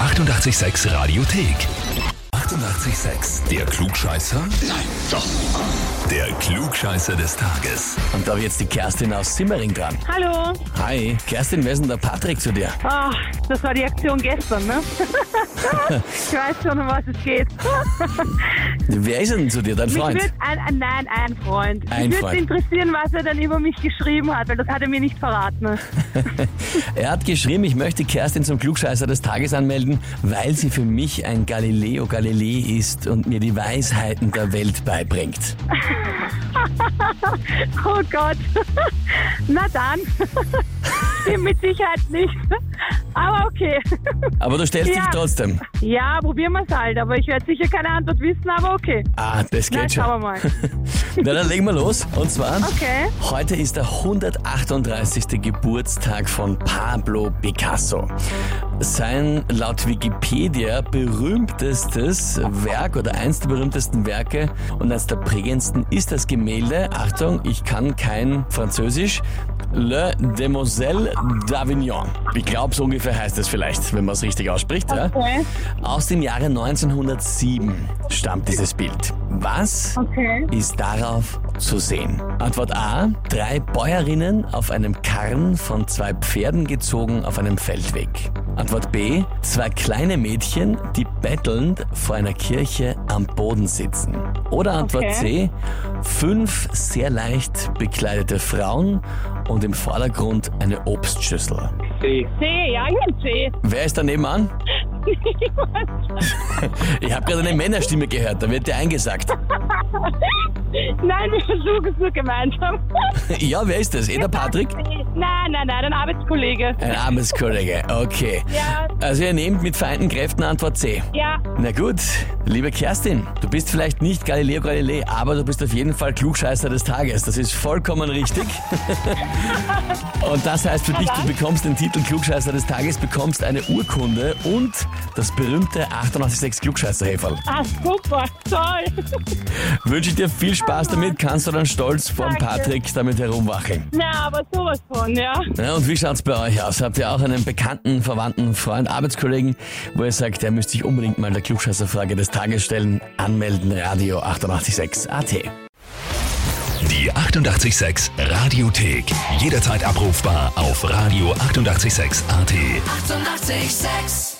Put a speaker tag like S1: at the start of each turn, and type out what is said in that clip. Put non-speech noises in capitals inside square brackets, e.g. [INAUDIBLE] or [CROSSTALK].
S1: 886 Radiothek. 88,6. Der Klugscheißer? Nein, doch. Der Klugscheißer des Tages.
S2: Und da habe ich jetzt die Kerstin aus Simmering dran.
S3: Hallo.
S2: Hi, Kerstin, wer ist denn der Patrick zu dir?
S3: Ah, das war die Aktion
S2: [LAUGHS]
S3: gestern, ne? ich weiß schon, um was es geht.
S2: Wer ist denn zu dir, dein
S3: Mich
S2: Freund?
S3: würd ein, ein, nein, ein Freund.
S2: Ein
S3: Mich
S2: Freund.
S3: würde interessieren, was er dann über mich geschrieben hat, weil das hat er mir nicht verraten.
S2: Er hat geschrieben, ich möchte Kerstin zum Klugscheißer des Tages anmelden, weil sie für mich ein Galileo Galilei ist und mir die Weisheiten der Welt beibringt.
S3: Oh Gott. [LAUGHS] Na dann. [LAUGHS] Stimmt mit Sicherheit nicht. Aber okay. [LAUGHS]
S2: Aber du stellst
S3: Ja.
S2: dich trotzdem.
S3: Ja, probieren wir es halt. Aber ich werde sicher keine Antwort wissen, aber okay.
S2: Ah, das
S3: Na,
S2: geht
S3: schauen wir
S2: schon.
S3: mal.
S2: Na, dann legen wir los. Und zwar,
S3: Okay.
S2: heute ist der 138. Geburtstag von Pablo Picasso. Sein laut Wikipedia berühmtestes Werk oder eins der berühmtesten Werke und eines der prägendsten ist das Gemälde, Achtung, ich kann kein Französisch, Le Demoiselle d'Avignon. Ich glaube, so ungefähr heißt es vielleicht, wenn man es richtig ausspricht. Ja?
S3: Okay.
S2: Aus dem Jahre 1907 stammt dieses Bild. Was
S3: Okay.
S2: ist darauf zu sehen? Antwort A. Drei Bäuerinnen auf einem Karren von zwei Pferden gezogen auf einem Feldweg. Antwort B. Zwei kleine Mädchen, die bettelnd vor einer Kirche am Boden sitzen. Oder Antwort C.
S3: Okay.
S2: Fünf sehr leicht bekleidete Frauen und im Vordergrund eine Obstschüssel.
S3: C, ja, ich bin C.
S2: Wer ist da nebenan? ich habe gerade eine Männerstimme gehört, da wird dir eingesagt.
S3: Nein, wir versuchen es nur gemeinsam. [LAUGHS]
S2: Ja, wer ist das? Eh der Patrick?
S3: Nein, nein, nein, ein Arbeitskollege.
S2: Ein armes Kollege, okay.
S3: Ja.
S2: Also ihr nehmt mit vereinten Kräften Antwort C.
S3: Ja,
S2: Na gut, liebe Kerstin, du bist vielleicht nicht Galileo Galilei, aber du bist auf jeden Fall Klugscheißer des Tages. Das ist vollkommen
S3: [LAUGHS]
S2: richtig. Und das heißt für dich, du bekommst den Titel Klugscheißer des Tages, bekommst eine Urkunde und das berühmte 886 Klugscheißer-Häferl.
S3: ah, super, toll.
S2: Wünsche ich dir viel Spaß damit, kannst du dann stolz vom
S3: Danke.
S2: Patrick damit herumwacheln.
S3: Na, aber sowas von, ja.
S2: Ja, und wie schaut's bei euch aus? Habt ihr auch einen bekannten, verwandten, Freund, Arbeitskollegen, wo ihr sagt, der müsste sich unbedingt mal der Klugscheißerfrage des Tages stellen? Anmelden, Radio 886 AT.
S1: Die 88,6 Radiothek. Jederzeit abrufbar auf radio886.at. 88,6.
S4: Eighty-eight, sex.